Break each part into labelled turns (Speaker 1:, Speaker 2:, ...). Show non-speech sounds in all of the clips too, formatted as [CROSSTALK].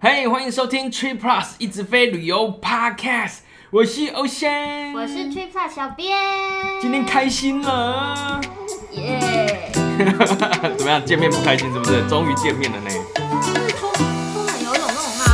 Speaker 1: 嘿、欢迎收听 Tree Plus 一直飞旅游 Podcast，我是 Ocean，
Speaker 2: 我是 Trip Plus 小编。
Speaker 1: 今天开心了， [LAUGHS]
Speaker 2: 耶！
Speaker 1: 怎么样？见面不开心是不是？终于见面了
Speaker 2: 就是出出门有一种那种啊，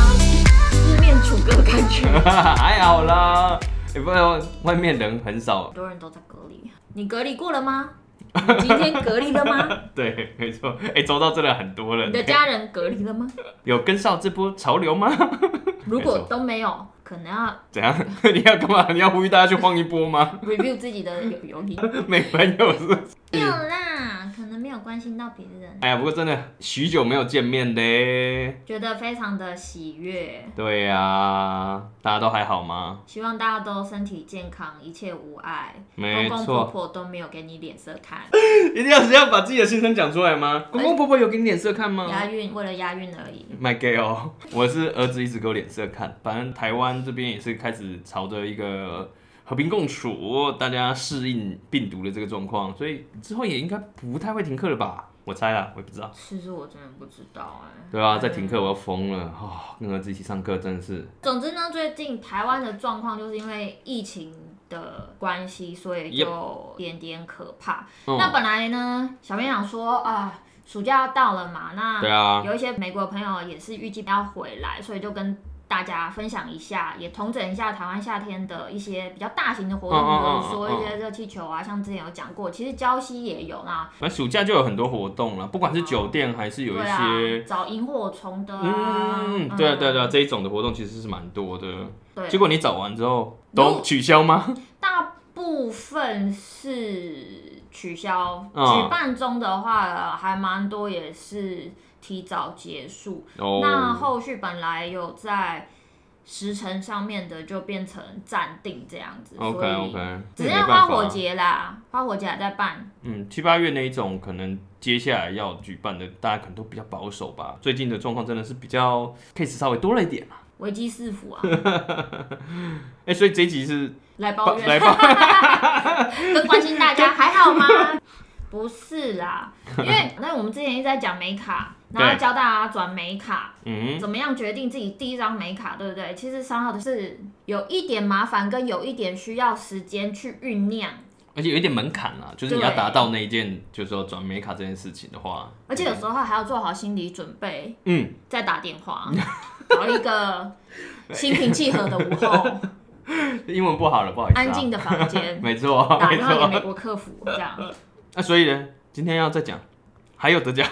Speaker 2: 四面楚歌的感觉。
Speaker 1: 呢， [LAUGHS] 还好啦。也、不然外面人很少 [LAUGHS]
Speaker 2: 很。多人都在隔离，你隔离过了吗？你今天隔离了 [LAUGHS] 吗？
Speaker 1: 对，没错。哎、周遭真的很多人
Speaker 2: 你的。家人隔离了吗？
Speaker 1: [LAUGHS] 有跟上这波潮流吗？ [LAUGHS]
Speaker 2: 如果都没有，可能要
Speaker 1: 怎样？ [LAUGHS] 你要干嘛？你要呼吁大家去晃一波吗？ [LAUGHS]
Speaker 2: review 自己的旅 [LAUGHS] 游历。
Speaker 1: 没朋友是不是？
Speaker 2: 没有啦，可能没有关心到别人，
Speaker 1: 哎呀，不过真的许久没有见面嘞。
Speaker 2: 觉得非常的喜悦。
Speaker 1: 对呀、大家都还好吗？
Speaker 2: 希望大家都身体健康，一切无碍，
Speaker 1: 没
Speaker 2: 公公婆
Speaker 1: 错，
Speaker 2: 婆都没有给你脸色看。
Speaker 1: [LAUGHS] 一定要这样把自己的心声讲出来吗？公公婆婆有给你脸色看吗？
Speaker 2: 押韵，为了押韵而已。
Speaker 1: 卖 gay 哦， [LAUGHS] 我是儿子一直给我脸色看，反正台湾这边也是开始朝着一个和平共处，大家适应病毒的这个状况，所以之后也应该不太会停课了吧？我猜啦，我也不知道。
Speaker 2: 其实我真的不知道哎、
Speaker 1: 对啊，在停课我要疯了哦，跟儿子一起上课真的是，
Speaker 2: 总之呢，最近台湾的状况就是因为疫情的关系，所以就有点点可怕。
Speaker 1: 嗯，
Speaker 2: 那本来呢，小编想说啊，暑假要到了嘛，
Speaker 1: 对
Speaker 2: 那
Speaker 1: 啊，
Speaker 2: 有一些美国朋友也是预计要回来，所以就跟。大家分享一下，也统整一下台湾夏天的一些比较大型的活动，
Speaker 1: 嗯嗯嗯
Speaker 2: 比如说一些热气球啊，像之前有讲过，其实礁溪也有啦，
Speaker 1: 反正暑假就有很多活动了，不管是酒店还是有一
Speaker 2: 对
Speaker 1: 些
Speaker 2: 啊，找萤火虫的啊，
Speaker 1: 嗯，对啊对啊对啊，这一种的活动其实是蛮多的。
Speaker 2: 对
Speaker 1: 结果你找完之后
Speaker 2: 如
Speaker 1: 都取消吗？
Speaker 2: 大部分是取消，
Speaker 1: 嗯
Speaker 2: 举办中的话、呃还蛮多也是提早结束。那
Speaker 1: 哦，
Speaker 2: 后续本来有在时程上面的，就变成暂定这样子
Speaker 1: OK
Speaker 2: 所以
Speaker 1: OK，
Speaker 2: 只剩下
Speaker 1: 办
Speaker 2: 花
Speaker 1: 法
Speaker 2: 火。节啦，花火节还在办，
Speaker 1: 嗯，七八月那一种可能接下来要举办的，大家可能都比较保守吧。最近的状况真的是比较 case 稍微多了一点啊。
Speaker 2: 危机四伏啊，
Speaker 1: 哎、所以这一集是
Speaker 2: 来抱
Speaker 1: 抱
Speaker 2: 怨。
Speaker 1: 来
Speaker 2: [LAUGHS]
Speaker 1: 吧，
Speaker 2: 跟关心大家还好吗？ [LAUGHS] 不是啦，因为那我们之前一直在讲美卡，然后
Speaker 1: 对
Speaker 2: 教大家转美卡，
Speaker 1: 嗯，
Speaker 2: 怎么样决定自己第一张美卡，对不对？其实商号的是有一点麻烦，跟有一点需要时间去酝酿，
Speaker 1: 而且有一点门槛啦，就是你要
Speaker 2: 对
Speaker 1: 达到那一件，就是说转美卡这件事情的话，
Speaker 2: 而且有时候还要做好心理准备，
Speaker 1: 嗯，
Speaker 2: 再打电话找一个心平气和的午
Speaker 1: [LAUGHS]
Speaker 2: 后，
Speaker 1: 英文不好了，不好意思、啊，
Speaker 2: 安静，的
Speaker 1: [LAUGHS]
Speaker 2: 房间，
Speaker 1: 没错，
Speaker 2: 打
Speaker 1: 没
Speaker 2: 电话给
Speaker 1: 错。
Speaker 2: 美国客服这样。
Speaker 1: 那所以呢，今天要再讲，还有
Speaker 2: [LAUGHS]
Speaker 1: 得讲。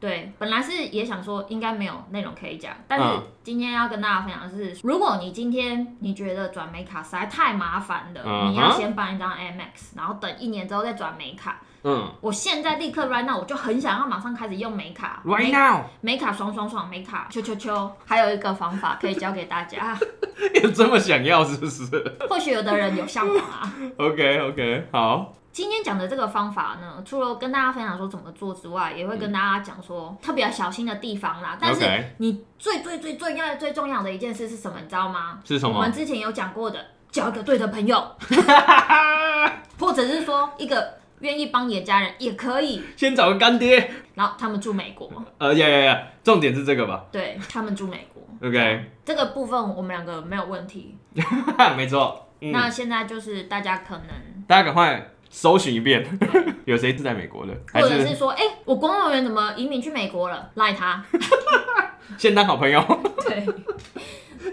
Speaker 2: 对，本来是也想说应该没有内容可以讲，但是
Speaker 1: 嗯
Speaker 2: 今天要跟大家分享的是，如果你今天你觉得转美卡实在太麻烦了，
Speaker 1: 嗯哼
Speaker 2: 你要先办一张 MX，然后等一年之后再转美卡。
Speaker 1: 嗯
Speaker 2: 我现在立刻 right now，我就很想要马上开始用美卡
Speaker 1: ，right
Speaker 2: 美
Speaker 1: now，
Speaker 2: [LAUGHS] 美卡爽爽爽，美卡秋秋秋。还有一个方法可以教给大家， [LAUGHS]
Speaker 1: 有这么想要是不是
Speaker 2: 或许有的人有向往啊。
Speaker 1: ？OK OK，好，
Speaker 2: 今天讲的这个方法呢，除了跟大家分享说怎么做之外，也会跟大家讲说特别要小心的地方啦。但是
Speaker 1: OK
Speaker 2: 你最最最最要最重要的一件事是什么？你知道吗？
Speaker 1: 是什
Speaker 2: 我
Speaker 1: 么？
Speaker 2: 们之前有讲过的，交一个对的
Speaker 1: [LAUGHS]
Speaker 2: 朋友，或者是说一个愿意帮你的家人也可以。
Speaker 1: 先找个干爹。
Speaker 2: 然后他们住美国，
Speaker 1: 呃，呀呀呀，重点是这个吧
Speaker 2: 对他们住美国，
Speaker 1: ？OK， [LAUGHS]
Speaker 2: 这个部分我们两个没有问题。
Speaker 1: 没错。嗯，
Speaker 2: 那现在就是大家可能，
Speaker 1: 大家赶快搜寻一遍， [LAUGHS] 有谁是在美国的？还
Speaker 2: 或者是
Speaker 1: 是
Speaker 2: 说，哎、我工作人员怎么移民去美国了？赖他， [LAUGHS]
Speaker 1: 先当好朋友？ [LAUGHS]
Speaker 2: 对。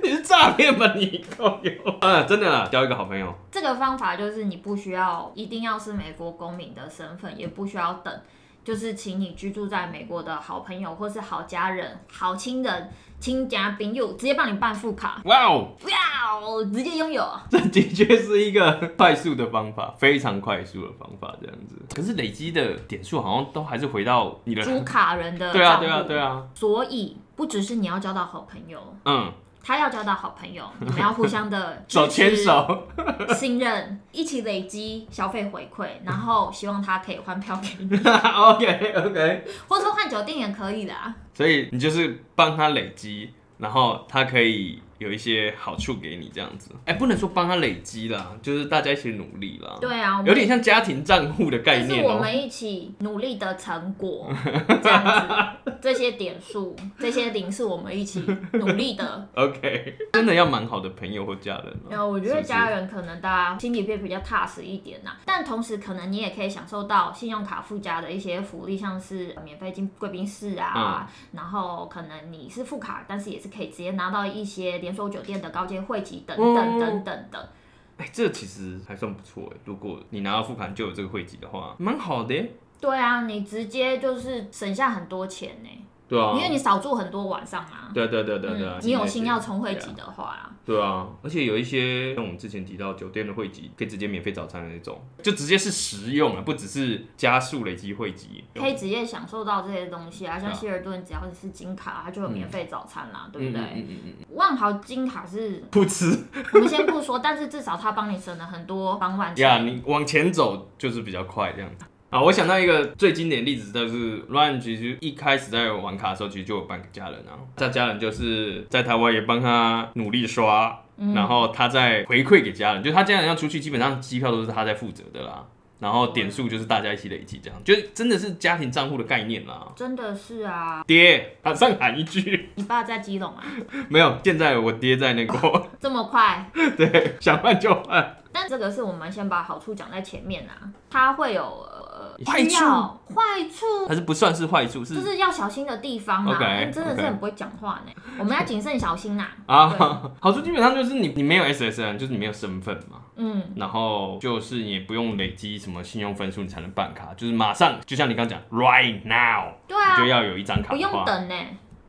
Speaker 1: 你是诈骗吧你？靠友 [LAUGHS] 啊，真的啦，交一个好朋友。
Speaker 2: 这个方法就是你不需要一定要是美国公民的身份，也不需要等，就是请你居住在美国的好朋友或是好家人、好亲人、亲家宾友直接帮你办副卡，
Speaker 1: 哇哦，
Speaker 2: 哇哦，直接拥有。
Speaker 1: [LAUGHS] 这的确是一个快速的方法，非常快速的方法，这样子。可是累积的点数好像都还是回到你的。
Speaker 2: 主卡人的
Speaker 1: 对啊，
Speaker 2: 账户
Speaker 1: 对啊，对啊，
Speaker 2: 所以不只是你要交到好朋友，
Speaker 1: 嗯，
Speaker 2: 他要交到好朋友，你们要互相的
Speaker 1: 手牵
Speaker 2: 支持、
Speaker 1: 手。 [LAUGHS]
Speaker 2: [LAUGHS] 信任，一起累积消费回馈，然后希望他可以换票给你， [LAUGHS]
Speaker 1: OK OK，
Speaker 2: 或者说换酒店也可以的啊。
Speaker 1: 所以你就是帮他累积，然后他可以有一些好处给你这样子。哎、不能说帮他累积啦，就是大家一起努力啦。
Speaker 2: 对啊，我们
Speaker 1: 哦有点像家庭账户的概
Speaker 2: 就是
Speaker 1: 念
Speaker 2: 我
Speaker 1: 哦、
Speaker 2: 们一起努力的成果，这样
Speaker 1: [LAUGHS]
Speaker 2: 子，这些点数，这些零是我们一起努力的。
Speaker 1: OK，真的要蛮好的朋友或家人、
Speaker 2: 然
Speaker 1: 哦。
Speaker 2: 啊后我觉
Speaker 1: 是不
Speaker 2: 得
Speaker 1: 是
Speaker 2: 家人可能大家心里会比较踏实一点呐、但同时可能你也可以享受到信用卡附加的一些福利，像是呃免费进贵宾室
Speaker 1: 嗯
Speaker 2: 啊，然后可能你是副卡，但是也是可以直接拿到一些连锁酒店的高阶会籍等
Speaker 1: 哦
Speaker 2: 等等等的。
Speaker 1: 哎、这其实还算不错哎。如果你拿到副卡就有这个汇集的话，蛮好的耶。
Speaker 2: 对啊，你直接就是省下很多钱呢、
Speaker 1: 对啊，
Speaker 2: 因为你少住很多晚上啊。
Speaker 1: 对啊对啊对啊对啊对啊
Speaker 2: 嗯，，你有心要冲会
Speaker 1: 对
Speaker 2: 籍
Speaker 1: 啊
Speaker 2: 的话啦，
Speaker 1: 对啊，而且有一些像我们之前提到酒店的汇集，可以直接免费早餐的那种，就直接是实用啊了，不只是加速累积汇集。
Speaker 2: 可以直接享受到这些东西啊。
Speaker 1: 对啊
Speaker 2: 像希尔顿，只要你是金卡，它就有免费早餐啦，对不对？
Speaker 1: 嗯嗯嗯嗯，
Speaker 2: 万豪金卡是 [LAUGHS]
Speaker 1: 不吃
Speaker 2: 我们先不说，但是至少它帮你省了很多傍晚
Speaker 1: 呀
Speaker 2: 钱。
Speaker 1: 你往前走就是比较快这样子。啊，我想到一个最经典的例子，就是 Ryan 其实一开始在玩卡的时候，其实就有帮家人啊，他家人就是在台湾也帮他努力刷，
Speaker 2: 嗯
Speaker 1: 然后他再回馈给家人，就他家人要出去，基本上机票都是他在负责的啦，然后点数就是大家一起累积，这样就是真的是家庭账户的概念啦。
Speaker 2: 真的是啊，
Speaker 1: 爹，马上喊一句， [LAUGHS]
Speaker 2: 你爸在基隆啊，
Speaker 1: 没有，现在我爹在那个， [LAUGHS]
Speaker 2: 这么快。
Speaker 1: 对，想换就换，
Speaker 2: 但这个是我们先把好处讲在前面啊，它会有呃
Speaker 1: 坏处
Speaker 2: 需要坏处
Speaker 1: 还是不算是坏处，
Speaker 2: 就是是要小心的地方啦。
Speaker 1: OK，
Speaker 2: 你真的是
Speaker 1: OK
Speaker 2: 很不会讲话呢，我们要谨慎小心呐。
Speaker 1: 啊
Speaker 2: 对，
Speaker 1: 好处基本上就是你你没有 SSN，就是你没有身份嘛，
Speaker 2: 嗯，
Speaker 1: 然后就是你也不用累积什么信用分数你才能办卡，就是马上，就像你刚刚讲，right now，
Speaker 2: 对
Speaker 1: 你
Speaker 2: 啊
Speaker 1: 就，要有一张卡
Speaker 2: 不
Speaker 1: 的
Speaker 2: 用
Speaker 1: 话。
Speaker 2: 等呢，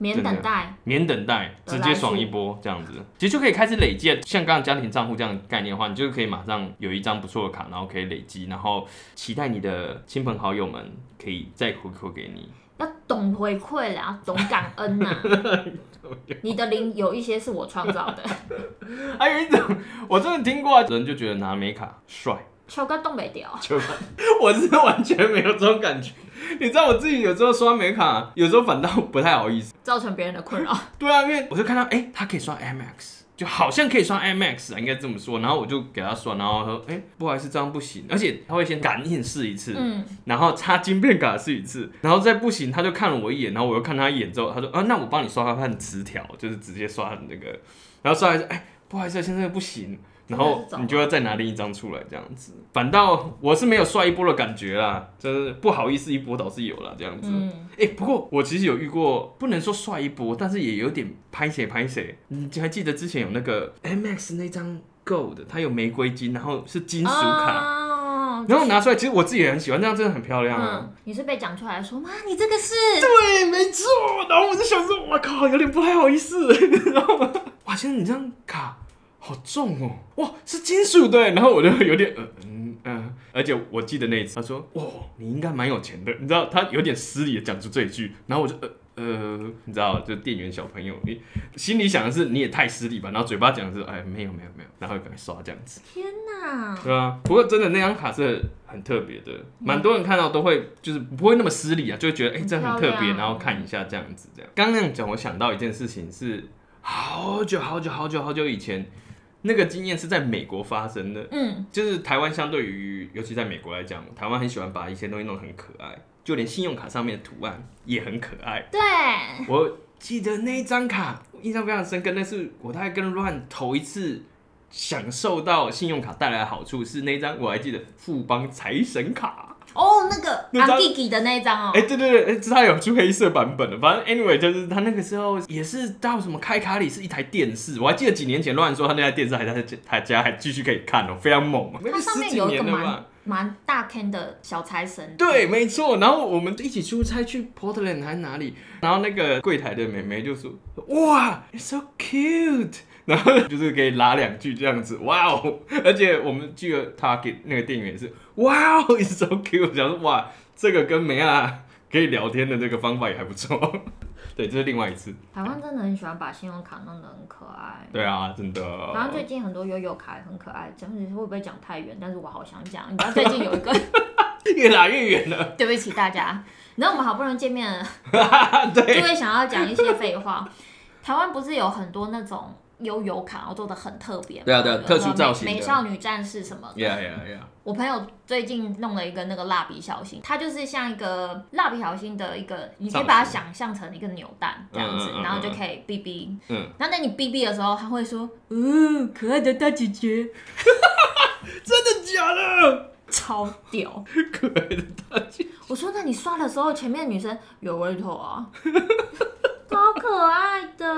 Speaker 2: 免等待。
Speaker 1: 免等待，
Speaker 2: 得
Speaker 1: 直
Speaker 2: 来
Speaker 1: 接爽一波这样子，其实就可以开始累积。像刚刚家庭账户这样的概念的话，你就可以马上有一张不错的卡，然后可以累积，然后期待你的亲朋好友们可以再回馈给你。
Speaker 2: 要懂回馈啦，懂感恩呐、你的零有一些是我创造的，
Speaker 1: [LAUGHS] 还有一种，我真的听过啊，人就觉得拿美卡帅，
Speaker 2: 秋哥东北屌，
Speaker 1: 就 [LAUGHS] 我是完全没有这种感觉。你知道我自己有时候刷美卡，有时候反倒不太好意思。
Speaker 2: 造成别人的困扰。
Speaker 1: 对啊，因为我就看到，哎、他可以刷 MX，就好像可以刷 MX 啊，应该这么说。然后我就给他刷，然后说，哎、不好意思，这样不行。而且他会先感应试一次，
Speaker 2: 嗯，
Speaker 1: 然后插晶片卡试一次，然后再不行，他就看了我一眼，然后我又看他一眼之后，他说啊，那我帮你刷刷看磁条，就是直接刷那个，然后刷一次，哎，不好意思，现在不行。然后你就要再拿另一张出来，这样子，反倒我是没有刷一波的感觉啦，就是不好意思一波倒是有啦，这样子。
Speaker 2: 嗯，
Speaker 1: 哎、不过我其实有遇过，不能说帅一波，但是也有点拍谁拍谁。你还记得之前有那个 MX 那张 Gold，它有玫瑰金，然后是金属卡，
Speaker 2: 哦
Speaker 1: 然后拿出来，其实我自己也很喜欢，这样真的很漂亮啊。
Speaker 2: 嗯，你是被讲出来说妈，你这
Speaker 1: [LAUGHS]
Speaker 2: 个是
Speaker 1: 对，没错。然后我就想说，哇靠，有点不太好意思， [LAUGHS] 你知道吗？哇，先生，你这张卡好重哦，哇，是金属的耶。然后我就有点呃嗯嗯、呃，而且我记得那一次，他说，哇，你应该蛮有钱的，你知道，他有点失礼的讲出这一句，然后我就呃。呃，你知道，就店员小朋友，你心里想的是你也太失礼吧，然后嘴巴讲的是，哎，没有没有没有，然后赶快刷这样子。
Speaker 2: 天哪，
Speaker 1: 对啊，不过真的那张卡是很特别
Speaker 2: 嗯
Speaker 1: 的，蛮多人看到都会就是不会那么失礼啊，就会觉得哎、这样很特
Speaker 2: 很漂
Speaker 1: 别，
Speaker 2: 亮
Speaker 1: 然后看一下这样子这样。刚刚那样讲，我想到一件事情是好久好久好久好久以前，那个经验是在美国发生的，
Speaker 2: 嗯，
Speaker 1: 就是台湾相对于尤其在美国来讲，台湾很喜欢把一些东西弄得很可爱，就连信用卡上面的图案也很可爱。
Speaker 2: 对，
Speaker 1: 我记得那一张卡我印象非常深刻，那是我大概跟 Run 头一次享受到信用卡带来的好处，是那一张我还记得富邦财神卡。
Speaker 2: 哦，那个
Speaker 1: 那张
Speaker 2: 阿弟弟的那一张哦
Speaker 1: 哎、，对对对，哎、这它有出黑色版本的。反正 anyway，就是他那个时候也是到什么开卡里是一台电视，我还记得几年前乱说他那台电视还在他家他家还继续可以看哦、非常猛嘛，
Speaker 2: 它上
Speaker 1: 十
Speaker 2: 面
Speaker 1: 几
Speaker 2: 有一
Speaker 1: 年
Speaker 2: 个
Speaker 1: 了吧
Speaker 2: 蛮。蛮大 can 的小财神，
Speaker 1: 对，没错。然后我们一起出差去 Portland 还是哪里，然后那个柜台的美眉就说：“哇，it's so cute。”然后就是可以拉两句这样子，哇哦！而且我们去了 Target 那个店员也是，哇哦，it's [LAUGHS] so cute。想说哇，这个跟梅亚可以聊天的这个方法也还不错。 [LAUGHS] 对，这是另外一次。
Speaker 2: 台湾真的很喜欢把信用卡弄得很可爱。
Speaker 1: 对啊，真的。
Speaker 2: 然后最近很多悠悠卡也很可爱，真的会不会讲太远？但是我好想讲，你知道最近有一个 [LAUGHS]
Speaker 1: 越来越远了。
Speaker 2: 对不起大家，你知道我们好不容易
Speaker 1: [LAUGHS]
Speaker 2: 见面了，就
Speaker 1: 对，
Speaker 2: 会想要讲一些废话。台湾不是有很多那种悠游卡，然后做的很特别嘛，
Speaker 1: 对啊对啊
Speaker 2: 有
Speaker 1: 特殊
Speaker 2: 什么
Speaker 1: 造
Speaker 2: 美
Speaker 1: 型的
Speaker 2: 美少女战士什么的。
Speaker 1: Yeah, yeah, yeah.
Speaker 2: 我朋友最近弄了一个那个蜡笔小新，它就是像一个蜡笔小新的一个，你可以把它
Speaker 1: 造型
Speaker 2: 想象成一个扭蛋这样子
Speaker 1: 嗯嗯嗯，嗯
Speaker 2: 然后就可以哔哔。
Speaker 1: 嗯，
Speaker 2: 然后在你哔哔的时候，他会说：“嗯，可爱的大姐姐，
Speaker 1: 真的假的？
Speaker 2: 超屌。
Speaker 1: [LAUGHS] 可爱的大姐，”
Speaker 2: 我说：“那你刷的时候，前面的女生有味
Speaker 1: [LAUGHS]
Speaker 2: 头啊，好可爱的。”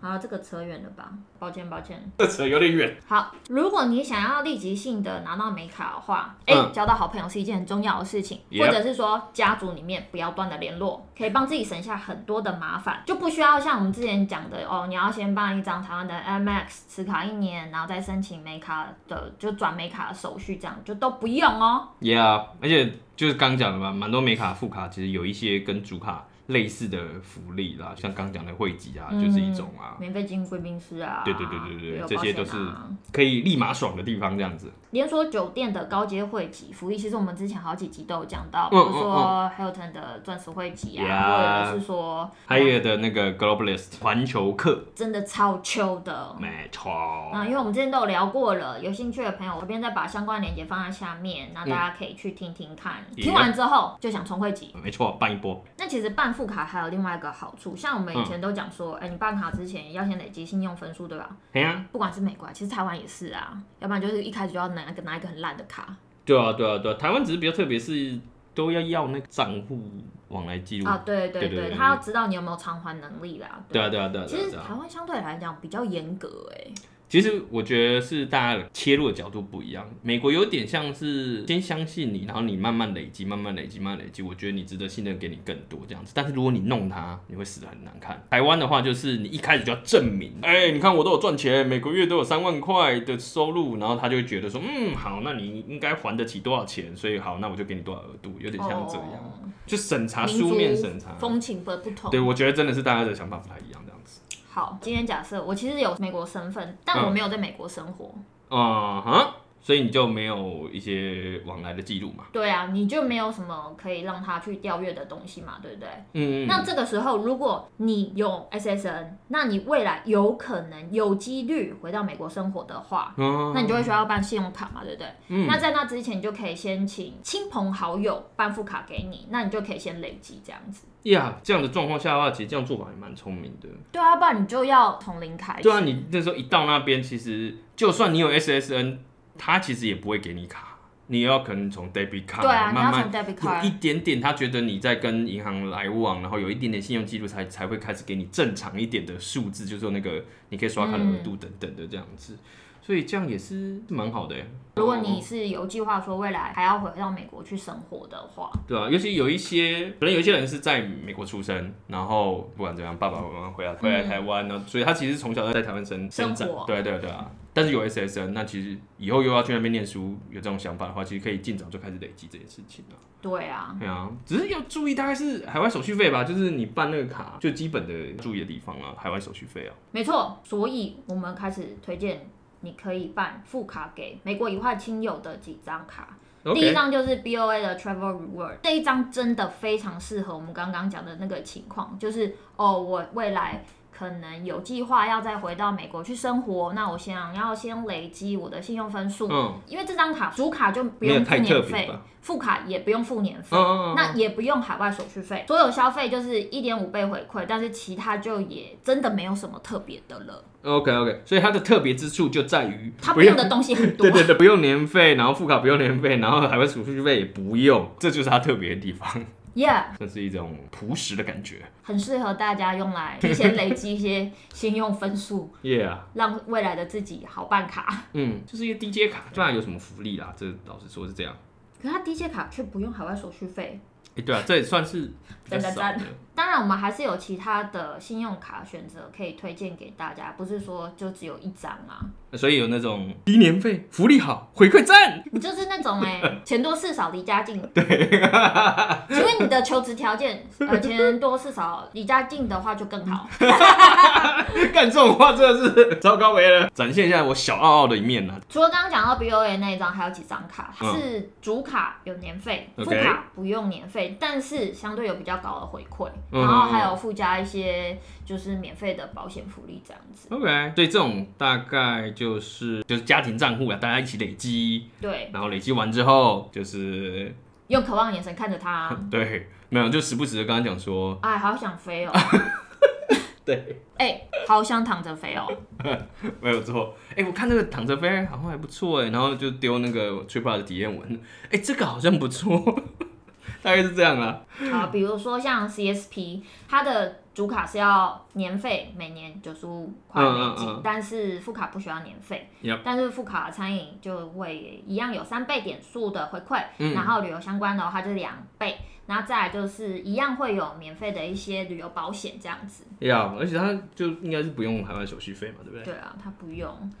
Speaker 2: 好，这个扯远了吧？抱歉，抱歉。
Speaker 1: 这扯有点远。
Speaker 2: 好，如果你想要立即性的拿到美卡的话，哎、
Speaker 1: 嗯
Speaker 2: 交到好朋友是一件很重要的事情
Speaker 1: Yep
Speaker 2: 或者是说家族里面不要断的联络，可以帮自己省下很多的麻烦，就不需要像我们之前讲的哦，你要先办一张台湾的 MX 持卡一年，然后再申请美卡的就转美卡的手续，这样就都不用哦。
Speaker 1: Yeah，而且就是刚讲的嘛，蛮多美卡副卡其实有一些跟主卡类似的福利啦，像刚讲的汇集
Speaker 2: 嗯
Speaker 1: 啊，就是一种啊，
Speaker 2: 免费进贵宾室啊，
Speaker 1: 对对对对对
Speaker 2: 旅游
Speaker 1: 这
Speaker 2: 保
Speaker 1: 些
Speaker 2: 险
Speaker 1: 都是
Speaker 2: 啊
Speaker 1: 可以立马爽的地方这样子。
Speaker 2: 连锁酒店的高阶会籍福利，其实我们之前好几集都有讲到，
Speaker 1: 嗯
Speaker 2: 比如说 Hilton 的钻石会籍啊，
Speaker 1: Yeah
Speaker 2: 或者是说
Speaker 1: 还有的那个 Globalist 环球客，
Speaker 2: 真的超秋的。
Speaker 1: 没错，
Speaker 2: 啊，因为我们之前都有聊过了，有兴趣的朋友，随便再把相关链接放在下面，那大家可以去听听看。
Speaker 1: Yeah
Speaker 2: 听完之后就想冲会籍。
Speaker 1: 没错，办一波。
Speaker 2: 那其实办副卡还有另外一个好处，像我们以前
Speaker 1: 嗯
Speaker 2: 都讲说，哎、你办卡之前要先累积信用分数，对吧？
Speaker 1: 哎呀，
Speaker 2: 不管是美国啊，其实台湾也是啊，要不然就是一开始就要拿一个拿一个很烂的卡。
Speaker 1: 对啊，对啊，对啊，台湾只是比较特别，是都要要那个账户往来记录。
Speaker 2: 啊，对对
Speaker 1: 嗯对
Speaker 2: 对
Speaker 1: 对对
Speaker 2: 他要知道你有没有偿还能力啦。
Speaker 1: 对啊，对啊，对啊，
Speaker 2: 其
Speaker 1: 对啊
Speaker 2: 实
Speaker 1: 对啊
Speaker 2: 台湾相对来讲比较严格哎、
Speaker 1: 其实我觉得是大家的切入的角度不一样。美国有点像是先相信你，然后你慢慢累积，慢慢累积，慢慢累积。我觉得你值得信任，给你更多这样子。但是如果你弄他，你会死得很难看。台湾的话，就是你一开始就要证明， [LAUGHS] 哎、你看我都有赚钱，每个月都有三万块的收入，然后他就会觉得说，嗯，好，那你应该还得起多少钱，所以好，那我就给你多少额度，有点像这样，嗯就审查
Speaker 2: 哦民族
Speaker 1: 书面审查。
Speaker 2: 风情的不同。
Speaker 1: 对，我觉得真的是大家的想法不太一样这样子。
Speaker 2: 好，今天假设我其实有美国身份，但
Speaker 1: 嗯
Speaker 2: 我没有在美国生活。
Speaker 1: 嗯哼，所以你就没有一些往来的记录嘛？
Speaker 2: 对啊，你就没有什么可以让他去调阅的东西嘛，对不对？
Speaker 1: 嗯，
Speaker 2: 那这个时候，如果你有 SSN，那你未来有可能有几率回到美国生活的话，
Speaker 1: 嗯
Speaker 2: 那你就会需要办信用卡嘛，对不对？
Speaker 1: 嗯
Speaker 2: 那在那之前，你就可以先请亲朋好友办副卡给你，那你就可以先累积这样子。
Speaker 1: 呀这样的状况下的话，其实这样做法也蛮聪明的。
Speaker 2: 对啊，不然你就要从零开始。
Speaker 1: 对啊，你那时候一到那边，其实就算你有 SSN，他其实也不会给你卡，你要可能从 debit 卡
Speaker 2: 对啊，你要
Speaker 1: 慢
Speaker 2: 从
Speaker 1: 慢
Speaker 2: debit
Speaker 1: 有一
Speaker 2: card。
Speaker 1: 点点，他觉得你在跟银行来往，然后有一点点信用记录才才会开始给你正常一点的数字，就是说那个你可以刷卡的额
Speaker 2: 嗯
Speaker 1: 度等等的这样子。所以这样也是蛮好的耶。欸
Speaker 2: 如果你是有计划说未来还要回到美国去生活的话，
Speaker 1: 对啊，尤其有一些可能有一些人是在美国出生，然后不管怎样，爸爸妈妈回来回来台湾呢，所以他其实从小在台湾生
Speaker 2: 嗯生
Speaker 1: 生
Speaker 2: 活
Speaker 1: 长，对啊对啊对啊。但是有 SSN，那其实以后又要去那边念书，有这种想法的话，其实可以尽早就开始累积这件事情了。
Speaker 2: 对啊，
Speaker 1: 对啊，只是要注意大概是海外手续费吧，就是你办那个卡最基本的注意的地方啊，海外手续费啊。
Speaker 2: 没错。所以我们开始推荐你可以办副卡给美国以外亲友的几张卡。第一
Speaker 1: OK，
Speaker 2: 张就是 BOA 的 Travel Reward，这一张真的非常适合我们刚刚讲的那个情况，就是哦，我未来可能有计划要再回到美国去生活，那我想要先累积我的信用分数，
Speaker 1: 嗯，
Speaker 2: 因为这张卡主卡就不
Speaker 1: 没有
Speaker 2: 用付
Speaker 1: 太特
Speaker 2: 年
Speaker 1: 别
Speaker 2: 费，
Speaker 1: 吧？
Speaker 2: 副卡也不用付年费。
Speaker 1: 嗯嗯嗯嗯，
Speaker 2: 那也不用海外手续费，所有消费就是一点五倍回馈，但是其他就也真的没有什么特别的了。
Speaker 1: OK OK，所以它嗯的特别之处就在于
Speaker 2: 它
Speaker 1: 不
Speaker 2: 不用的东西很多
Speaker 1: 对，对对，不用年费，然后副卡不用年费，然后海外手续费也不用，这就是它特别的地方， [LAUGHS]
Speaker 2: yeah，
Speaker 1: 这是一种朴实的感觉。
Speaker 2: 很适合大家用来提前累积一些信用分数，
Speaker 1: Yeah，
Speaker 2: 让未来的自己好办卡。
Speaker 1: 嗯，就是一个 DJ 卡，当然有什么福利啦，这老实说是这样。
Speaker 2: [LAUGHS] 可是它 DJ 卡却不用海外手续费。
Speaker 1: 哎、对啊，这也算是比较
Speaker 2: 真的
Speaker 1: 少的
Speaker 2: 赞。当然，我们还是有其他的信用卡选择可以推荐给大家，不是说就只有一张啊。
Speaker 1: 所以有那种低年费、福利好、回馈赞， [LAUGHS]
Speaker 2: 你就是那种哎、钱多事少离家近。对， [LAUGHS] 请问你的
Speaker 1: 嗯
Speaker 2: 求职条件，呃，钱多事少离家近的话就更好。
Speaker 1: 干干这种话真的是糟糕没了，展现一下我小傲傲的一面啊呐、
Speaker 2: 除了刚刚讲到 BOA 那一张，还有几张卡，它
Speaker 1: 嗯
Speaker 2: 是主卡有年费，副
Speaker 1: OK
Speaker 2: 卡不用年费，但是相对有比较高的回馈，
Speaker 1: 嗯
Speaker 2: 然后还有附加一些就是免费的保险福利这样子。
Speaker 1: OK，所以这种大概就是就是家庭账户啊，大家一起累积，
Speaker 2: 对，
Speaker 1: 然后累积完之后就是
Speaker 2: 用渴望的眼神看着
Speaker 1: [LAUGHS]
Speaker 2: 他，
Speaker 1: 对，没有就时不时的跟他讲说，
Speaker 2: 哎，好想飞哦，
Speaker 1: [LAUGHS] 对，
Speaker 2: 哎，好想躺着飞哦。
Speaker 1: 没有错。哎、我看那个躺着飞好像还不错哎，然后就丢那个 TripA 的体验文，哎、这个好像不错， [LAUGHS] 大概是这样啦。 [CLEARS THROAT]
Speaker 2: 好，比如说像 CSP，它的主卡是要年费，每年九十五块美金，
Speaker 1: 嗯嗯嗯
Speaker 2: 但是副卡不需要年费。
Speaker 1: Yep
Speaker 2: 但是副卡餐饮就会一样有三倍点数的回馈，
Speaker 1: 嗯
Speaker 2: 然后旅游相关的话就是两倍，然后再来就是一样会有免费的一些旅游保险这样子。
Speaker 1: 要，而且他就应该是不用海外手续费嘛，对不对？
Speaker 2: 对啊，它不用。
Speaker 1: 嗯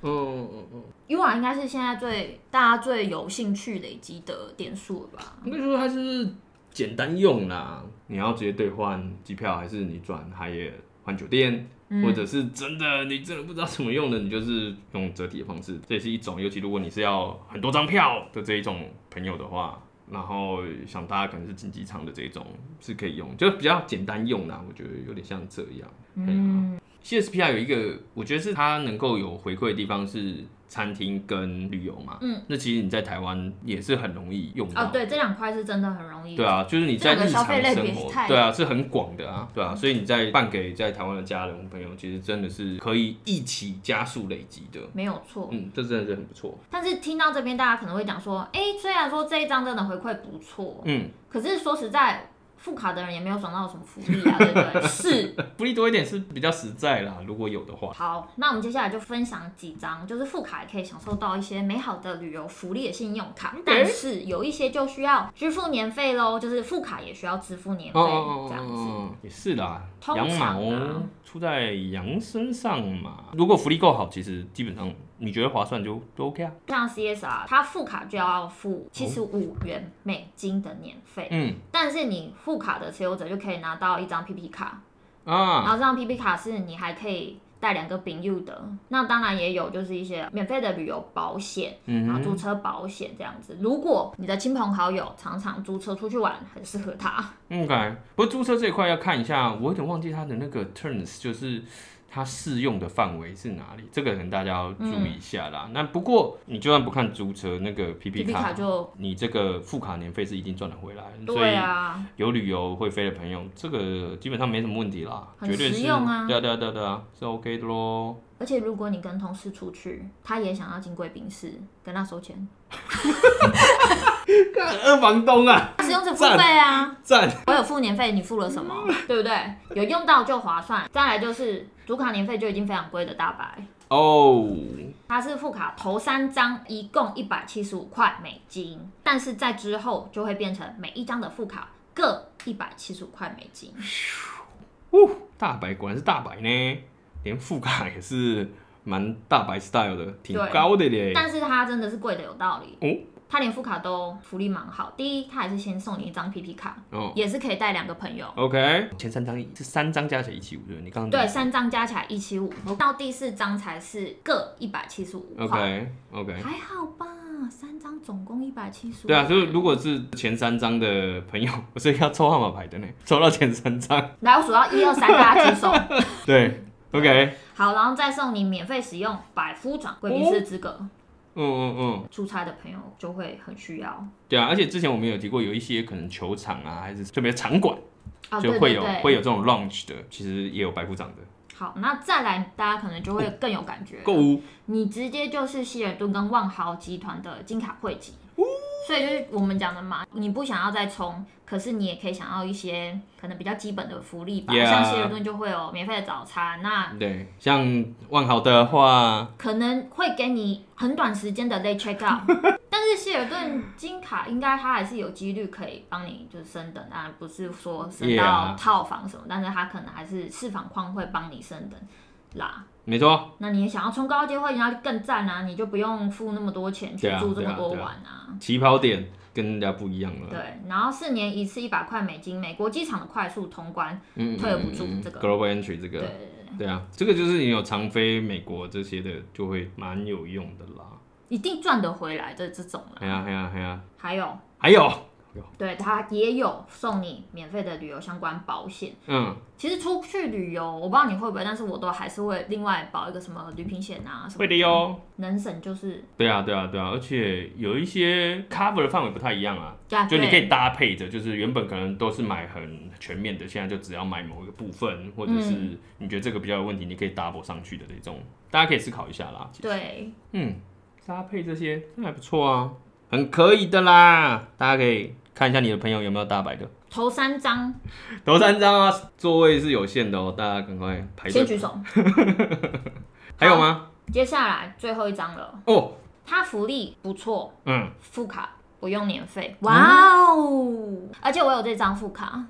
Speaker 1: 嗯嗯，
Speaker 2: UR 应该是现在最大家最有兴趣累积的点数了吧？
Speaker 1: 应该说它是简单用啦。你要直接兑换机票，还是你转海野换酒店？
Speaker 2: 嗯
Speaker 1: 或者是真的你真的不知道怎么用的，你就是用折抵的方式，这也是一种。尤其如果你是要很多张票的这一种朋友的话，然后想大家可能是经济舱的这一种是可以用，就比较简单用啦。我觉得有点像这样。嗯，CSPR 有一个，我觉得是它能够有回馈的地方是餐厅跟旅游嘛。
Speaker 2: 嗯，
Speaker 1: 那其实你在台湾也是很容易用到。
Speaker 2: 哦，对，这两块是真的很容易。
Speaker 1: 对啊，就是你在日常
Speaker 2: 这两个消费类
Speaker 1: 生
Speaker 2: 别
Speaker 1: 活
Speaker 2: 是太，
Speaker 1: 对啊，是很广的啊，对啊，所以你在办给在台湾的家人或朋友，其实真的是可以一起加速累积的，
Speaker 2: 没有错。
Speaker 1: 嗯，这真的是很不错，
Speaker 2: 但是听到这边，大家可能会讲说，哎、虽然说这一张真的回馈不错，
Speaker 1: 嗯，
Speaker 2: 可是说实在，副卡的人也没有爽到什么福利啊，对不对？ [LAUGHS] 是。
Speaker 1: 福利多一点是比较实在啦，如果有的话，
Speaker 2: 好，那我们接下来就分享几张，就是副卡也可以享受到一些美好的旅游福利的信用卡
Speaker 1: OK
Speaker 2: 但是有一些就需要支付年费喽，就是副卡也需要支付年费、这样子。
Speaker 1: 哦，也是啦，
Speaker 2: 通
Speaker 1: 羊
Speaker 2: 常
Speaker 1: 毛
Speaker 2: 啊
Speaker 1: 出在羊身上嘛，如果福利够好，其实基本上你觉得划算就都 OK 啊，
Speaker 2: 像 CSR，它副卡就要付七十五元美金的年费，
Speaker 1: 嗯
Speaker 2: 但是你副卡的持有者就可以拿到一张 PP 卡，然
Speaker 1: 啊，
Speaker 2: 后这张 PP 卡是你还可以带两个丙 U 的，那当然也有就是一些免费的旅游保险，然后
Speaker 1: 嗯
Speaker 2: 租车保险这样子。如果你的亲朋好友常常租车出去玩，很适合他。
Speaker 1: ，OK，不过注册这一块要看一下，我有点忘记它的那个 terms，就是它适用的范围是哪里，这个可能大家要注
Speaker 2: 嗯
Speaker 1: 意一下啦。那不过你就算不看租车那个 PP
Speaker 2: PP 卡就
Speaker 1: 你这个副卡年费是一定赚得回来，所
Speaker 2: 对
Speaker 1: 以
Speaker 2: 啊，
Speaker 1: 有旅游会飞的朋友，这个基本上没什么问题啦，
Speaker 2: 很
Speaker 1: 绝对是
Speaker 2: 实用啊
Speaker 1: 对啊对啊对啊对啊，是 OK 的咯。
Speaker 2: 而且如果你跟同事出去，他也想要进贵宾室，跟他收
Speaker 1: [LAUGHS]
Speaker 2: 钱，
Speaker 1: 看二房东啊，
Speaker 2: 使用者付费啊。
Speaker 1: [LAUGHS] 赞，
Speaker 2: 我有付年费，你付了什么？对不对？有用到就划算。再来就是主卡年费就已经非常贵的大白，
Speaker 1: 哦，
Speaker 2: 它是副卡头三张一共一百七十五块美金，但是在之后就会变成每一张的副卡各一百七十五块美金。
Speaker 1: 大白果然是大白呢，连副卡也是蛮大白 style 的，挺
Speaker 2: 对
Speaker 1: 高的嘞。
Speaker 2: 但是它真的是贵的有道理，
Speaker 1: 哦
Speaker 2: 它连副卡都福利蛮好。第一，它还是先送你一张 PP 卡，
Speaker 1: 哦
Speaker 2: 也是可以带两个朋友。
Speaker 1: ，OK，前三张是三张加起来一起五对不对？你刚刚
Speaker 2: 对，三张加起来一七五，到第四张才是各一百七十五块，
Speaker 1: ，OK OK，
Speaker 2: 还好吧？三张总共一百七十五。
Speaker 1: 对啊，就是如果是前三张的朋友， [LAUGHS] 我是要抽号码牌的呢， [LAUGHS] 抽到前三张，
Speaker 2: 来，我数到一二三，大家举手。
Speaker 1: 对，OK，
Speaker 2: 好，然后再送你免费使用百夫长贵宾室资格。
Speaker 1: 嗯嗯嗯，
Speaker 2: 出差的朋友就会很需要
Speaker 1: 对啊，而且之前我们有提过，有一些可能球场啊，还是特别场馆，
Speaker 2: 啊，
Speaker 1: 就
Speaker 2: 对
Speaker 1: 会
Speaker 2: 对
Speaker 1: 有
Speaker 2: 对，
Speaker 1: 会有这种 launch 的，其实也有白部长的
Speaker 2: 好，那再来，大家可能就会更有感觉。
Speaker 1: 购物，
Speaker 2: 你直接就是希尔顿跟万豪集团的金卡汇集，所以就是我们讲的嘛，你不想要再充，可是你也可以想要一些可能比较基本的福利吧
Speaker 1: Yeah
Speaker 2: 像希尔顿就会有免费的早餐，那
Speaker 1: 对，像万豪的话，
Speaker 2: 可能会给你很短时间的 late check out，但是希尔顿金卡应该它还是有几率可以帮你就是升等，当然不是说升到
Speaker 1: Yeah
Speaker 2: 套房什么但是它可能还是市房框会帮你升等啦。
Speaker 1: 没错，
Speaker 2: 那你也想要冲高阶会，那就更赞啊，你就不用付那么多钱去
Speaker 1: 对啊
Speaker 2: 住这
Speaker 1: 对
Speaker 2: 么
Speaker 1: 啊
Speaker 2: 多
Speaker 1: 对啊
Speaker 2: 晚啊。
Speaker 1: 起跑点跟人家不一样了，
Speaker 2: 对，然后四年一次一百块美金，美国机场的快速通关，
Speaker 1: 嗯，嗯，
Speaker 2: 退而不出
Speaker 1: 嗯嗯
Speaker 2: 这个
Speaker 1: global entry 这个，
Speaker 2: 对，
Speaker 1: 对啊，这个就是你有常飞美国这些的，就会蛮有用的啦。
Speaker 2: 一定赚得回来的这种
Speaker 1: 哎
Speaker 2: 了。
Speaker 1: 呀哎呀哎呀，
Speaker 2: 还有，
Speaker 1: 还有，
Speaker 2: 对它也有送你免费的旅游相关保险。
Speaker 1: 嗯，
Speaker 2: 其实出去旅游，我不知道你会不会，但是我都还是会另外保一个什么旅行险啊什么。
Speaker 1: 会的。哟。
Speaker 2: 能省就是，
Speaker 1: 对啊对啊对啊，而且有一些 cover 的范围不太一样啊，
Speaker 2: 啊
Speaker 1: 就你
Speaker 2: 对
Speaker 1: 可以搭配着，就是原本可能都是买很全面的，现在就只要买某一个部分，或者
Speaker 2: 嗯
Speaker 1: 是你觉得这个比较有问题，你可以 double 上去的那种，大家可以思考一下啦。其实，
Speaker 2: 对，
Speaker 1: 嗯，搭配这些那还不错啊，很可以的啦，大家可以看一下你的朋友有没有大白的。
Speaker 2: 头三张
Speaker 1: 头三张啊，座位是有限的哦，大家赶快排
Speaker 2: 先
Speaker 1: 队。
Speaker 2: 举手，
Speaker 1: 还有吗？
Speaker 2: 接下来最后一张了。
Speaker 1: 哦，
Speaker 2: 它福利不错，
Speaker 1: 嗯，
Speaker 2: 副卡不用年费，哇哦！而且我有这张副卡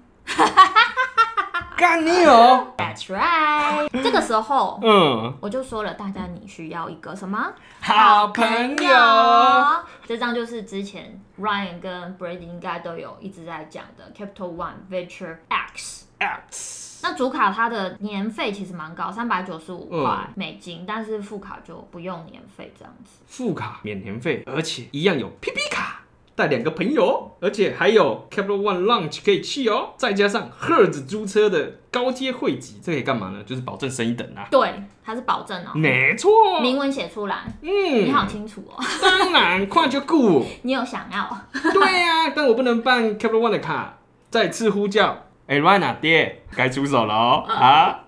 Speaker 1: 干你哦，
Speaker 2: ，That's right。这个时候
Speaker 1: 嗯，
Speaker 2: 我就说了，大家你需要一个什么？
Speaker 1: 好朋友，啊
Speaker 2: 友，这张就是之前 Ryan 跟 Brady 应该都有一直在讲的 Capital One Venture X。
Speaker 1: X，
Speaker 2: 那主卡它的年费其实蛮高，三百九十五块
Speaker 1: 嗯
Speaker 2: 美金，但是副卡就不用年费这样子。
Speaker 1: 副卡免年费，而且一样有 PP 卡，带两个朋友哦，而且还有 Capital One Lunch 可以去哦，再加上 Hertz 租车的高阶会籍，这可以干嘛呢？就是保证升一等啊，
Speaker 2: 对，它是保证哦，
Speaker 1: 没错，
Speaker 2: 明文写出来，你
Speaker 1: 嗯，
Speaker 2: 好清楚哦， [LAUGHS]
Speaker 1: 当然快就顾。
Speaker 2: 你有想要哦。
Speaker 1: 对呀、但我不能办 Capital One 的卡。再次呼叫，哎、r y a n 爹，该出手了
Speaker 2: [LAUGHS]
Speaker 1: 哦！
Speaker 2: 嗯
Speaker 1: 啊，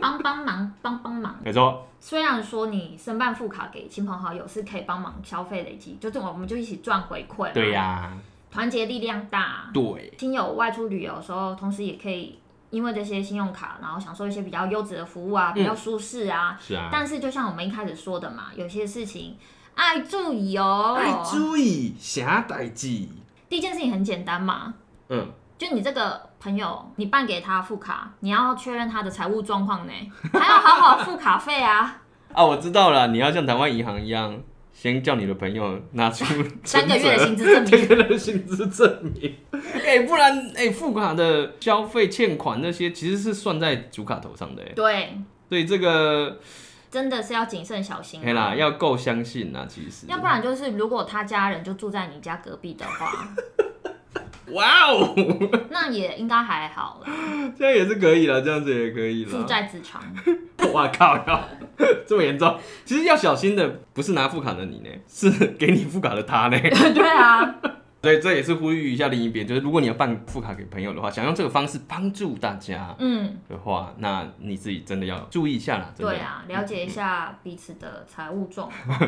Speaker 2: 帮帮忙，帮帮忙。
Speaker 1: 没错，
Speaker 2: 虽然说你申办副卡给亲朋好友是可以帮忙消费累积，就这种我们就一起赚回馈嘛。
Speaker 1: 对呀、
Speaker 2: 团结力量大。
Speaker 1: 对，
Speaker 2: 亲友外出旅游的时候，同时也可以因为这些信用卡，然后享受一些比较优质的服务
Speaker 1: 嗯
Speaker 2: 啊，比较舒适啊。
Speaker 1: 是啊，
Speaker 2: 但是就像我们一开始说的嘛，有些事情爱注意哦。
Speaker 1: 爱注意啥代志？
Speaker 2: 第一件事情很简单嘛，
Speaker 1: 嗯，
Speaker 2: 就你这个朋友，你办给他副卡，你要确认他的财务
Speaker 1: [LAUGHS]
Speaker 2: 状况呢，还要好好付卡费啊。
Speaker 1: 啊，我知道了，你要像台湾银行一样，先叫你的朋友拿出
Speaker 2: [LAUGHS] 三个月的薪
Speaker 1: 资，
Speaker 2: 资证明
Speaker 1: [LAUGHS] 三。个月的薪资证明。 [LAUGHS] 哎、不然哎、付款的消费欠款那些其实是算在主卡头上的、哎，
Speaker 2: [LAUGHS] 对，
Speaker 1: 所以这个
Speaker 2: 真的是要谨慎小心、啊
Speaker 1: 嘿啦，要够相信啦，其实。
Speaker 2: 要不然就是如果他家人就住在你家隔壁
Speaker 1: [LAUGHS]
Speaker 2: 的话，
Speaker 1: 哇哦！
Speaker 2: 那也应该还好啦，
Speaker 1: 这样也是可以了，这样子也可以
Speaker 2: 父
Speaker 1: 了。
Speaker 2: 债子偿。
Speaker 1: 哇靠要 [LAUGHS] 这么严重？其实要小心的，不是拿副卡的你呢，是给你副卡的他
Speaker 2: [LAUGHS]
Speaker 1: 呢。 [LAUGHS]
Speaker 2: 对啊，
Speaker 1: 所以这也是呼吁一下另一边，就是如果你要办副卡给朋友的话，想用这个方式帮助大家
Speaker 2: 嗯，
Speaker 1: 的话，那你自己真的要注意一下啦。真的
Speaker 2: 对，啊，了解一下彼此的财务状 [LAUGHS] 况，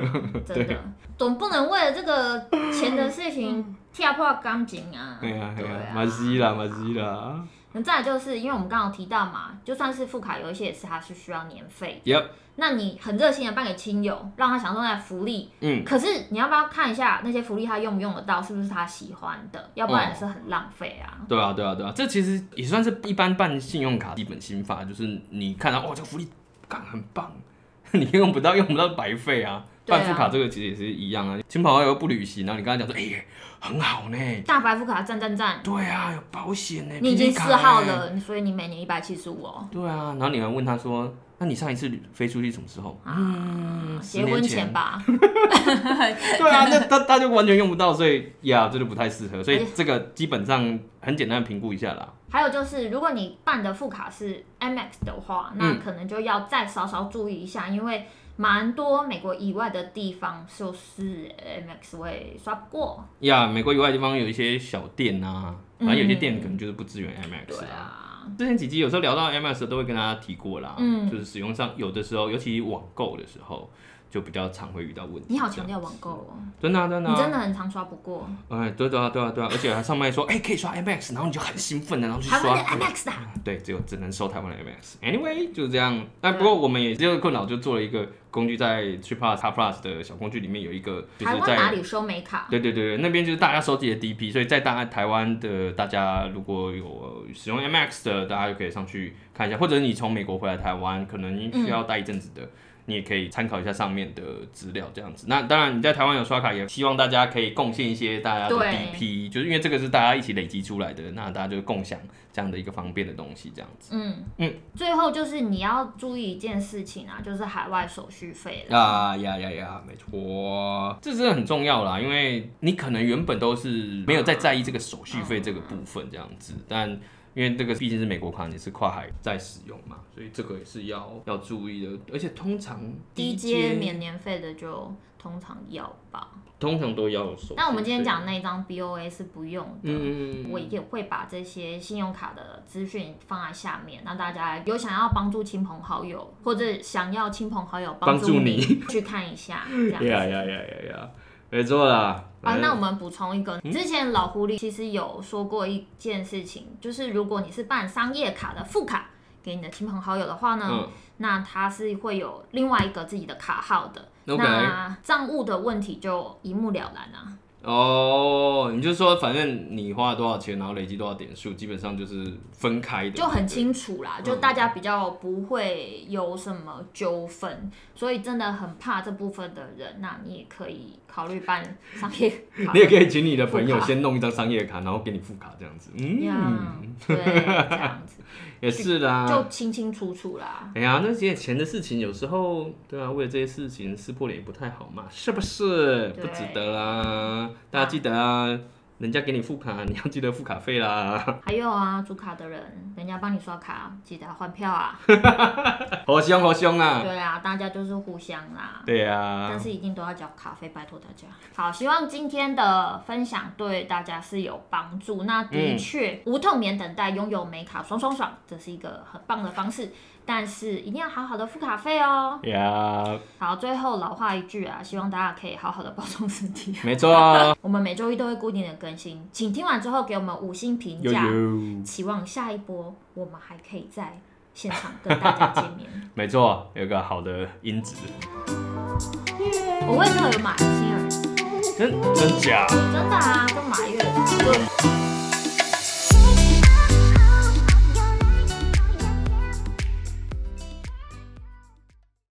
Speaker 2: 真的，总不能为了这个钱的事情跳破钢筋啊。
Speaker 1: 哎呀哎
Speaker 2: [LAUGHS] 对
Speaker 1: 呀，
Speaker 2: 啊
Speaker 1: 马西啦马西啦
Speaker 2: 那再来就是因为我们刚刚有提到嘛，就算是副卡，有一些也是它是需要年费。
Speaker 1: ，Yep，
Speaker 2: 那你很热心的办给亲友，让他享受那福利，
Speaker 1: 嗯，
Speaker 2: 可是你要不要看一下那些福利他用不用得到，是不是他喜欢的？要不然也是很浪费啊。
Speaker 1: 对啊对啊对啊，这其实也算是一般办信用卡基本心法，就是你看到哇哦这个福利感很棒， [LAUGHS] 你用不到用不到白费啊。
Speaker 2: 对啊
Speaker 1: 办副卡这个其实也是一样啊，亲朋好友不履行，然后你跟他讲说，哎、很好呢，
Speaker 2: 大白福卡赞赞赞，
Speaker 1: 对啊，有保险呢，
Speaker 2: 你已哎经
Speaker 1: PP 卡
Speaker 2: 四号
Speaker 1: 呢
Speaker 2: 了，所以你每年一百七十五哦。
Speaker 1: 对啊，然后你还问他说：“那你上一次飞出去什么时候？”嗯，
Speaker 2: 啊结婚
Speaker 1: 10
Speaker 2: 前
Speaker 1: 年
Speaker 2: 吧，
Speaker 1: 前。对啊，那 [LAUGHS] 他他就完全用不到，所以呀，这就不太适合。所
Speaker 2: 而
Speaker 1: 以这个基本上很简单的评估一下啦。
Speaker 2: 还有就是，如果你办的副卡是 MX 的话，那
Speaker 1: 嗯
Speaker 2: 可能就要再稍稍注意一下，因为蛮多美国以外的地方就是 MX 会刷不过。
Speaker 1: 呀，美国以外的地方有一些小店啊，反正有些店
Speaker 2: 嗯
Speaker 1: 可能就是不支援 MX
Speaker 2: 对
Speaker 1: 啊。
Speaker 2: 啊，
Speaker 1: 之前几集有时候聊到 MX 都会跟大家提过啦，
Speaker 2: 嗯
Speaker 1: 就是使用上有的时候，尤其网购的时候，就比较常会遇到问题。
Speaker 2: 你好强
Speaker 1: 这样，
Speaker 2: 调网购哦，
Speaker 1: 真的啊真的啊，
Speaker 2: 你真的很常刷不过，
Speaker 1: 哎，对对啊对啊对啊，而且还上面说哎可以刷 MX，然后你就很兴奋的，然后去
Speaker 2: 台
Speaker 1: 刷哎
Speaker 2: 湾的 MX 的啊。
Speaker 1: 对，只有只能收台湾的 MS。Anyway，就是这样。那不过我们也这个困扰，就做了一个工具，在 Trip Plus、Car Plus 的小工具里面有一个，嗯就
Speaker 2: 台
Speaker 1: 是
Speaker 2: 湾哪
Speaker 1: 在
Speaker 2: 里收美卡？
Speaker 1: 对对对对，那边就是大家收集的第一批，所以在大家台湾的大家如果有使用 MX 的，大家就可以上去看一下，或者你从美国回来台湾，可能需要待一阵子的。你也可以参考一下上面的资料，这样子。那当然，你在台湾有刷卡，也希望大家可以贡献一些大家的
Speaker 2: 对
Speaker 1: 底批，就是因为这个是大家一起累积出来的，那大家就共享这样的一个方便的东西，这样子。
Speaker 2: 嗯
Speaker 1: 嗯，
Speaker 2: 最后就是你要注意一件事情啊，就是海外手续费了。
Speaker 1: 啊呀呀呀，没错，这真的很重要啦，因为你可能原本都是没有在在意这个手续费这个部分这样子，但因为这个毕竟是美国卡，你是跨海在使用嘛，所以这个也是要要注意的，而且通常
Speaker 2: 低
Speaker 1: 阶
Speaker 2: 阶免年费的就通常要吧。
Speaker 1: 通常都要有手续费。
Speaker 2: 但我们今天讲的那张 BOA 是不用的。
Speaker 1: 嗯，嗯嗯
Speaker 2: 我也会把这些信用卡的资讯放在下面，让大家有想要帮助亲朋好友，或者想要亲朋好友
Speaker 1: 帮助
Speaker 2: 助
Speaker 1: 你
Speaker 2: [LAUGHS] 去看一下，
Speaker 1: [LAUGHS]
Speaker 2: 这样子。
Speaker 1: 呀呀呀呀呀，没错啦。
Speaker 2: 啊，
Speaker 1: 反正
Speaker 2: 那我们补充一个，之前老狐狸其实有说过一件事情，就是如果你是办商业卡的副卡给你的亲朋好友的话呢，
Speaker 1: 嗯
Speaker 2: 那它是会有另外一个自己的卡号的。
Speaker 1: OK
Speaker 2: 那账务的问题就一目了然啊。
Speaker 1: 哦，你就说反正你花了多少钱，然后累积多少点数，基本上就是分开的，
Speaker 2: 就很
Speaker 1: 对
Speaker 2: 清楚啦，
Speaker 1: 嗯
Speaker 2: 就大家比较不会有什么纠纷，所以真的很怕这部分的人，那你也可以考虑办商业卡。
Speaker 1: 你也可以请你的朋友
Speaker 2: 副卡
Speaker 1: 先弄一张商业卡，然后给你副卡这样子。
Speaker 2: 呀
Speaker 1: 嗯，，
Speaker 2: 对，这
Speaker 1: [LAUGHS]
Speaker 2: 样子
Speaker 1: 也是啦。
Speaker 2: 就清清楚楚啦。
Speaker 1: 哎呀，那些钱的事情，有时候对啊，为了这些事情撕破脸也不太好嘛，是不是？
Speaker 2: 对
Speaker 1: 不值得啦，大家记得啊，人家给你副卡，你要记得付卡费啦。 [LAUGHS]
Speaker 2: 还有啊，主卡的人，人家帮你刷卡，记得要换票啊。
Speaker 1: [LAUGHS] 好凶好凶啊！
Speaker 2: 对啊，大家就是互相啦。
Speaker 1: 对
Speaker 2: 但
Speaker 1: 啊，
Speaker 2: 是一定都要缴卡费，拜托大家。好，希望今天的分享对大家是有帮助。那的确，无痛免等待，拥有美卡爽爽爽，这是一个很棒的方式。但是一定要好好的付卡费哦。
Speaker 1: 呀，
Speaker 2: 好，最后老话一句啊，希望大家可以好好的保重身体。 [LAUGHS]
Speaker 1: 没错哦，
Speaker 2: 我们每周一都会固定的更新，请听完之后给我们五星评
Speaker 1: 悠
Speaker 2: 价。
Speaker 1: 悠，
Speaker 2: 期望下一波我们还可以在现场跟大家见面。 [LAUGHS]
Speaker 1: 没错，有个好的音质，
Speaker 2: 我为什么有马来西亚人？
Speaker 1: 真真假？
Speaker 2: 真的啊，跟马月。